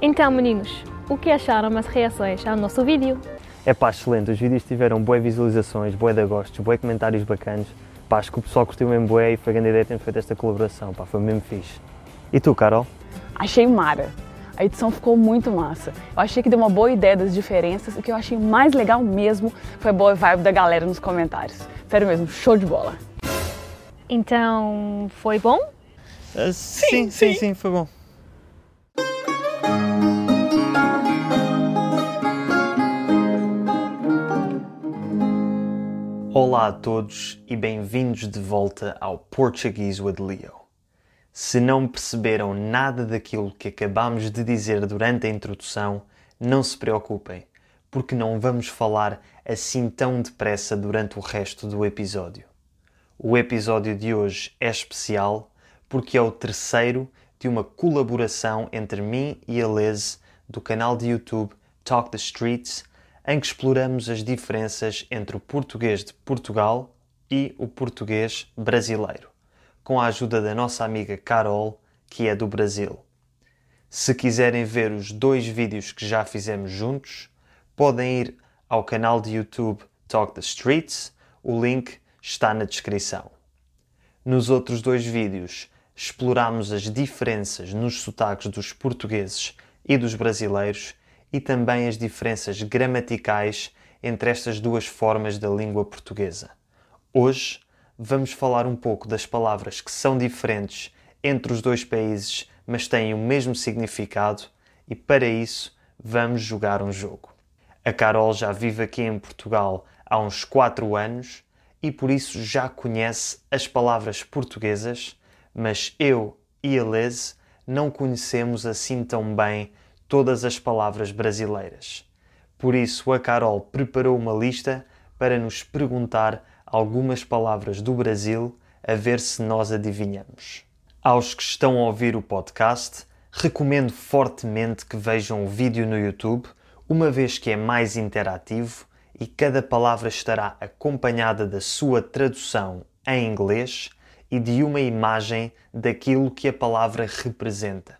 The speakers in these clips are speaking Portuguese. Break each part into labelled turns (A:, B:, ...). A: Então, meninos, o que acharam as reações ao nosso vídeo?
B: É pá, excelente. Os vídeos tiveram boas visualizações, boé de gostos, boé comentários bacanos. Pá, acho que o pessoal curtiu mesmo boé e foi grande ideia termos feito esta colaboração. Pá, foi mesmo fixe. E tu, Carol?
C: Achei mara. A edição ficou muito massa. Eu achei que deu uma boa ideia das diferenças. O que eu achei mais legal mesmo foi a boa vibe da galera nos comentários. Sério mesmo, show de bola.
A: Então, foi bom?
B: Ah, sim, sim, sim, foi bom. Olá a todos e bem-vindos de volta ao Portuguese with Leo. Se não perceberam nada daquilo que acabamos de dizer durante a introdução, não se preocupem, porque não vamos falar assim tão depressa durante o resto do episódio. O episódio de hoje é especial porque é o terceiro de uma colaboração entre mim e a Liz do canal de YouTube Talk the Streets, em que exploramos as diferenças entre o português de Portugal e o português brasileiro, com a ajuda da nossa amiga Carol, que é do Brasil. Se quiserem ver os dois vídeos que já fizemos juntos, podem ir ao canal de YouTube Talk the Streets, o link está na descrição. Nos outros dois vídeos, explorámos as diferenças nos sotaques dos portugueses e dos brasileiros e também as diferenças gramaticais entre estas duas formas da língua portuguesa. Hoje, vamos falar um pouco das palavras que são diferentes entre os dois países, mas têm o mesmo significado, e para isso, vamos jogar um jogo. A Carol já vive aqui em Portugal há uns 4 anos e por isso já conhece as palavras portuguesas, mas eu e a Liz não conhecemos assim tão bem todas as palavras brasileiras. Por isso, a Carol preparou uma lista para nos perguntar algumas palavras do Brasil, a ver se nós adivinhamos. Aos que estão a ouvir o podcast, recomendo fortemente que vejam o vídeo no YouTube, uma vez que é mais interativo e cada palavra estará acompanhada da sua tradução em inglês e de uma imagem daquilo que a palavra representa.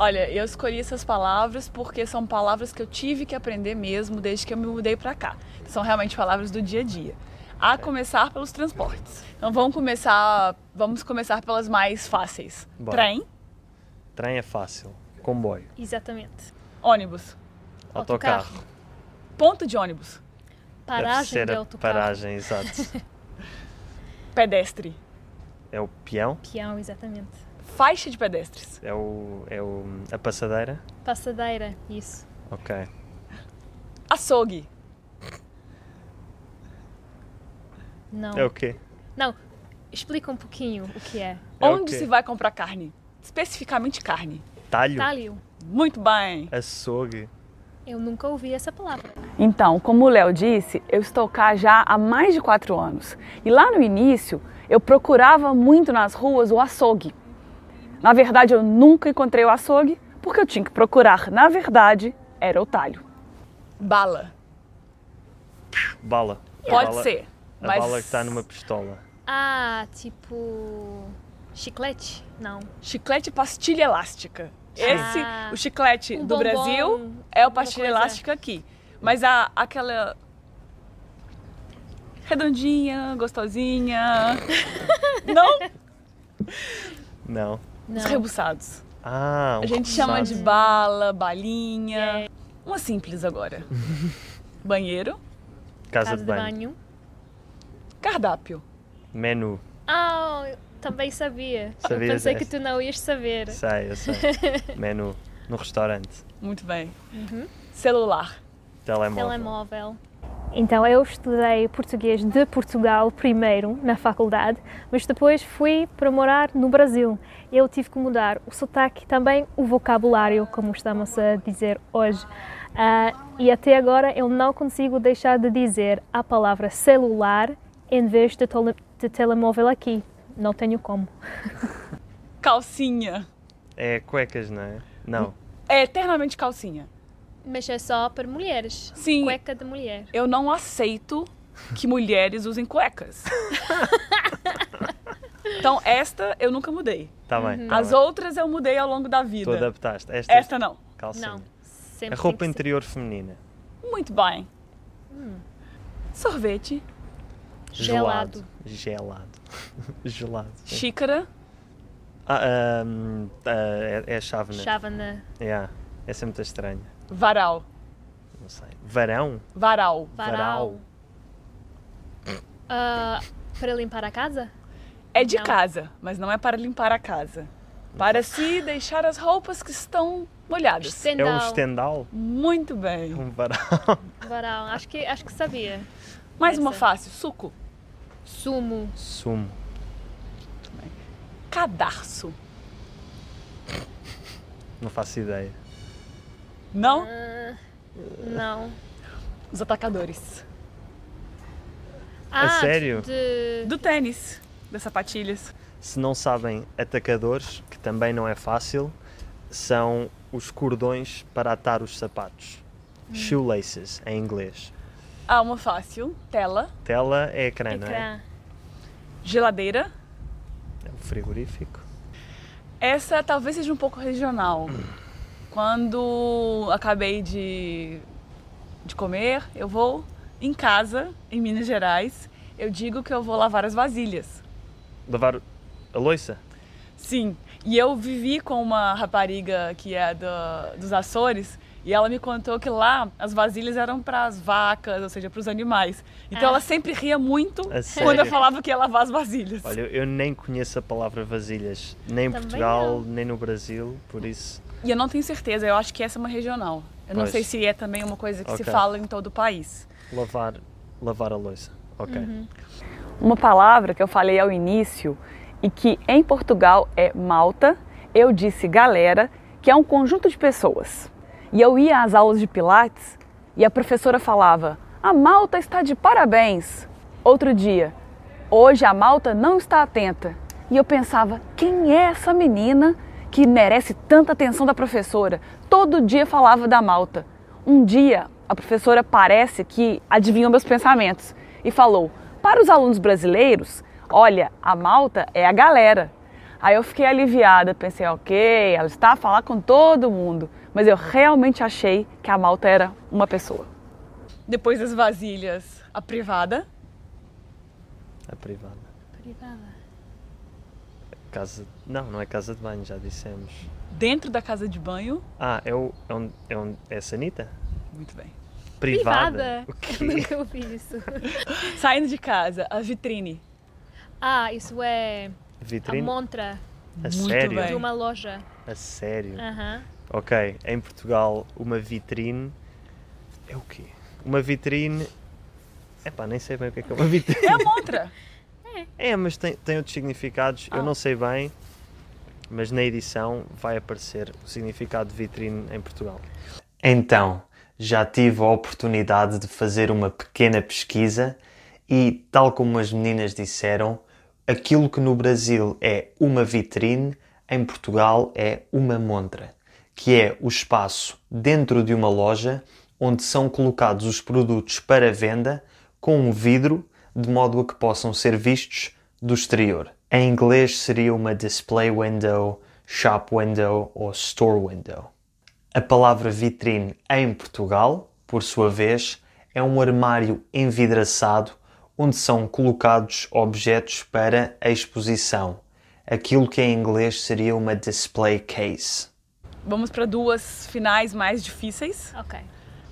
C: Olha, eu escolhi essas palavras porque são palavras que eu tive que aprender mesmo desde que eu me mudei pra cá. São realmente palavras do dia a dia. A começar pelos transportes. Então vamos começar, vamos começar pelas mais fáceis.
B: Bora.
C: Trem,
B: Trem é fácil, comboio,
A: Exatamente.
C: ônibus,
B: autocarro,
A: Autocarro.
C: ponto de ônibus,
B: Deve
A: Paragem
B: ser
A: de
B: a
A: autocarro.
B: Paragem, exato.
C: pedestre,
B: É o peão,
A: Peão, exatamente.
C: faixa de pedestres,
B: é o, é o a passadeira.
A: Passadeira, isso.
B: Ok.
C: açougue,
A: Não.
B: É o quê?
A: Não, explica um pouquinho o que é.
B: É o
C: onde
B: quê?
C: se vai comprar carne, especificamente carne.
B: Talho,
A: Talio.
C: Muito bem!
B: açougue.
A: Eu nunca ouvi essa palavra.
C: Então, como o Léo disse, eu estou cá já há mais de quatro anos. E lá no início, eu procurava muito nas ruas o açougue. Na verdade, eu nunca encontrei o açougue, porque eu tinha que procurar. Na verdade, era o talho. Bala.
B: Bala. A
C: Pode
B: bala-
C: ser.
B: A
C: mas
B: bala que tá está numa pistola.
A: Ah, tipo. Chiclete? Não.
C: Chiclete pastilha elástica. Esse,
A: Ah.
C: o chiclete
A: Um
C: do
A: bombom,
C: Brasil é o
A: alguma
C: pastilha
A: coisa.
C: elástica aqui. Mas a, aquela... Redondinha, gostosinha. Não?
B: Não.
A: Não.
C: Os rebuçados.
B: Ah, um
C: A gente chama de
B: coçado.
C: bala, balinha.
A: É.
C: Uma simples agora. Banheiro,
B: casa,
A: Casa
B: de banho.
C: cardápio.
B: Menu.
A: Ah, eu também sabia.
B: Sabias
A: eu pensei
B: essa?
A: que tu não ias saber.
B: Sei, eu sei. Menu. No restaurante.
C: Muito bem.
A: Uhum.
C: Celular.
B: Telemóvel.
A: Telemóvel. Então, eu estudei português de Portugal primeiro na faculdade, mas depois fui para morar no Brasil. Eu tive que mudar o sotaque e também o vocabulário, como estamos a dizer hoje. Ah, e até agora eu não consigo deixar de dizer a palavra celular em vez de, tole- de telemóvel aqui. Não tenho como.
C: Calcinha.
B: É cuecas, não é? Não.
C: É eternamente calcinha.
A: Mas é só para mulheres.
C: Sim.
A: Cueca de mulher.
C: Eu não aceito que mulheres usem cuecas. então, esta eu nunca mudei.
B: Tá bem.
A: Uhum.
B: tá
C: As
A: é.
B: bem.
C: outras eu mudei ao longo da vida.
B: Tu adaptaste. Esta, é
C: Esta não.
B: calcinha.
A: Não.
B: A
A: Sempre tem
B: roupa
A: que ser.
B: interior feminina.
C: Muito bem. Sorvete,
A: Gelado.
B: Gelado. Gelado. Gelado. sim.
C: xícara,
B: Ah, ahm, ah, é, é chave, né?
A: Chava na
B: Yeah. É sempre muito estranho.
C: varal.
B: Não sei. Varão?
C: Varal.
A: varal.
B: Varal.
A: Ah, para limpar a casa?
C: É de
A: Não.
C: casa, mas não é para limpar a casa. Para se deixar as roupas que estão molhadas.
B: É um
A: Estendal.
B: estendal?
C: Muito bem.
B: Um varão?
A: Varal. Acho que, acho que sabia.
C: Mais uma
A: Essa.
C: fácil. Suco.
A: Sumo.
B: Sumo.
C: Cadarço.
B: Não faço ideia.
C: Não?
A: Ah, não.
C: Os atacadores.
A: Ah,
B: sério?
A: de-
C: Do tênis. Das sapatilhas.
B: Se não sabem, atacadores, que também não é fácil, são os cordões para atar os sapatos.
A: Hum.
B: Shoelaces, em inglês.
C: Ah, uma fácil. Tela.
B: Tela é ecrã, não é?
A: ecrã.
C: Geladeira.
B: É o frigorífico.
C: Essa talvez seja um pouco regional. Quando acabei de, de comer, eu vou em casa, em Minas Gerais, eu digo que eu vou lavar as vasilhas.
B: Lavar a loiça?
C: Sim, e eu vivi com uma rapariga que é da- dos Açores e ela me contou que lá as vasilhas eram para as vacas, ou seja, para os animais. Então
A: Ah.
C: ela sempre ria muito
B: A
C: quando eu
B: sério?
C: falava que ia lavar as vasilhas.
B: Olha, eu nem conheço a palavra vasilhas, nem em
A: Também
B: Portugal,
A: não.
B: nem no Brasil, por isso.
C: E eu não tenho certeza, eu acho que essa é uma regional. Eu não
B: Pois.
C: sei se é também uma coisa que se
B: Ok.
C: fala em todo o país.
B: Lavar, lavar a louça. Ok.
A: Uhum.
C: Uma palavra que eu falei ao início e que em Portugal é malta, eu disse galera, que é um conjunto de pessoas. E eu ia às aulas de Pilates e a professora falava: a malta está de parabéns. Outro dia, hoje a malta não está atenta. E eu pensava: quem é essa menina que merece tanta atenção da professora? Todo dia falava da malta. Um dia, a professora parece que adivinhou meus pensamentos e falou: para os alunos brasileiros, olha, a malta é a galera. Aí eu fiquei aliviada, pensei, ok, ela está a falar com todo mundo. Mas eu realmente achei que a malta era uma pessoa. Depois das vasilhas, a privada.
B: A privada.
A: Privada.
B: Casa. Não, não é casa de banho, já dissemos.
C: Dentro da casa de banho.
B: Ah, é, o, é, onde, é, onde, é sanita?
C: Muito bem.
A: Privada?
B: Privada? O
A: Eu
B: quê?
A: nunca ouvi isso.
C: Saindo de casa, a vitrine.
A: Ah, isso é a
B: Vitrine?
A: montra
B: A
C: Muito
B: É sério?
A: de
C: bem.
A: uma loja.
B: A sério?
A: Aham.
B: Ok, em Portugal, uma vitrine é o quê? Uma vitrine. Epá, nem sei bem o que é que é uma vitrine.
C: É a montra.
B: É, mas tem, tem outros significados,
C: Ah.
B: eu não sei bem, mas na edição vai aparecer o significado de vitrine em Portugal. Então, já tive a oportunidade de fazer uma pequena pesquisa e, tal como as meninas disseram, aquilo que no Brasil é uma vitrine, em Portugal é uma montra, que é o espaço dentro de uma loja onde são colocados os produtos para venda com um vidro de modo a que possam ser vistos do exterior. Em inglês seria uma display window, shop window ou store window. A palavra vitrine em Portugal, por sua vez, é um armário envidraçado onde são colocados objetos para a exposição, aquilo que em inglês seria uma display case.
C: Vamos para duas finais mais difíceis.
A: Ok.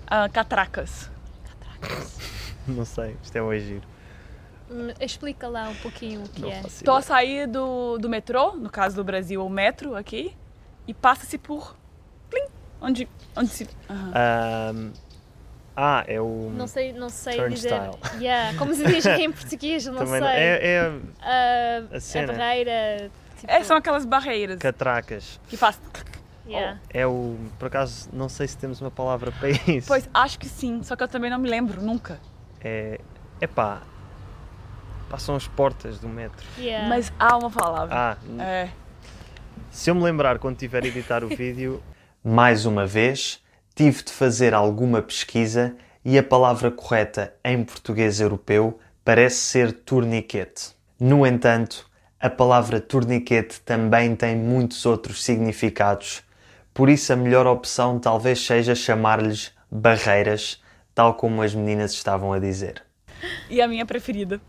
C: Ah, catracas.
B: Não sei, isto é um giro.
A: Hum, Explica lá um pouquinho o que
B: Não
A: é.
B: faço
C: Estou a
B: ideia.
C: sair do, do metrô, no caso do Brasil, o metro aqui, e passa-se por. Plim, onde, onde se. Aham.
B: Ahm, ah, é o.
A: Não sei, não sei
B: Turnstile.
A: dizer. Yeah, como se diz em português, não
B: também não-
A: sei.
B: é- é
A: Ah,
B: a cena.
A: A barreira. Tipo,
C: É, são aquelas barreiras
B: catracas.
C: que faz.
A: yeah.
B: É o. Por acaso, não sei se temos uma palavra para isso.
C: Pois acho que sim, só que eu também não me lembro nunca.
B: É. Epá. Passam as portas do metro.
A: yeah.
C: Mas há uma palavra.
B: É. Ah, n-
C: É.
B: se eu me lembrar quando tiver a editar o vídeo. Mais uma vez, tive de fazer alguma pesquisa e a palavra correta em português europeu parece ser torniquete. No entanto, a palavra torniquete também tem muitos outros significados, por isso a melhor opção talvez seja chamar-lhes barreiras, tal como as meninas estavam a dizer.
C: E a minha preferida.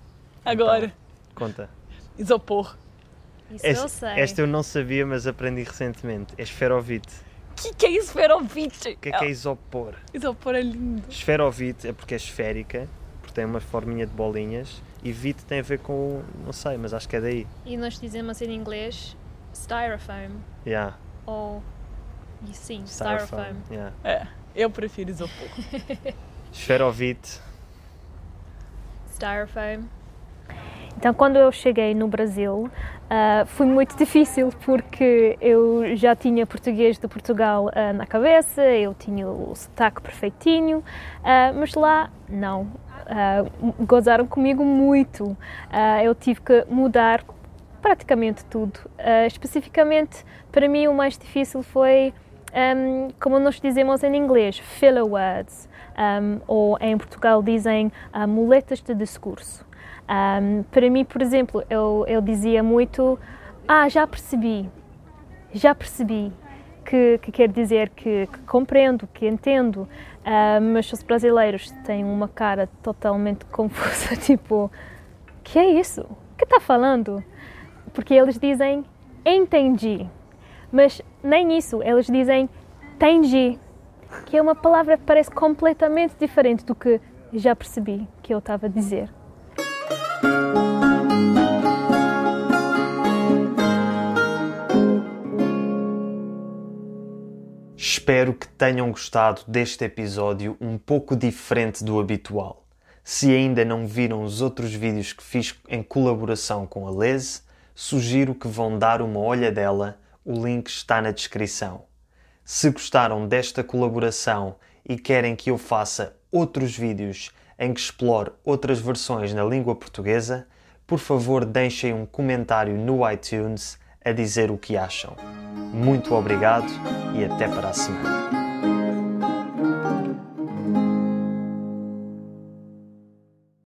B: Então.
C: Agora,
B: Conta.
C: isopor.
A: Isso eu
B: Este,
A: sei.
B: esta eu não sabia, mas aprendi recentemente. É esferovite.
C: Que que é esferovite?
B: O que é que é isopor?
C: Isopor é lindo.
B: Esferovite é porque é esférica, porque tem uma forminha de bolinhas. E vite tem a ver com, não sei, mas acho que é daí.
A: E nós dizemos em inglês styrofoam
B: Yeah,
A: ou e sim, styrofoam.
B: styrofoam. Yeah.
C: É, eu prefiro isopor.
B: Esferovite.
A: Styrofoam. Então, quando eu cheguei no Brasil, ah, foi muito difícil porque eu já tinha português de Portugal ah, na cabeça, eu tinha o sotaque perfeitinho, ah, mas lá não. Ah, gozaram comigo muito. Ah, eu tive que mudar praticamente tudo. Ah, especificamente, para mim, o mais difícil foi, ahm, como nós dizemos em inglês, filler words, ahm, ou em Portugal dizem ah, muletas de discurso. Ahm, para mim, por exemplo, eu, eu dizia muito: Ah, já percebi, já percebi. Que, que quer dizer que, que compreendo, que entendo, Ah, mas os brasileiros têm uma cara totalmente confusa, tipo, que é isso? O que está falando? Porque eles dizem entendi, mas nem isso, eles dizem tengi, que é uma palavra que parece completamente diferente do que já percebi que eu estava a dizer.
B: Espero que tenham gostado deste episódio um pouco diferente do habitual. Se ainda não viram os outros vídeos que fiz em colaboração com a Lese, sugiro que vão dar uma olha dela, o link está na descrição. Se gostaram desta colaboração e querem que eu faça outros vídeos em que explore outras versões na língua portuguesa, por favor deixem um comentário no iTunes a dizer o que acham. Muito obrigado e até para a semana.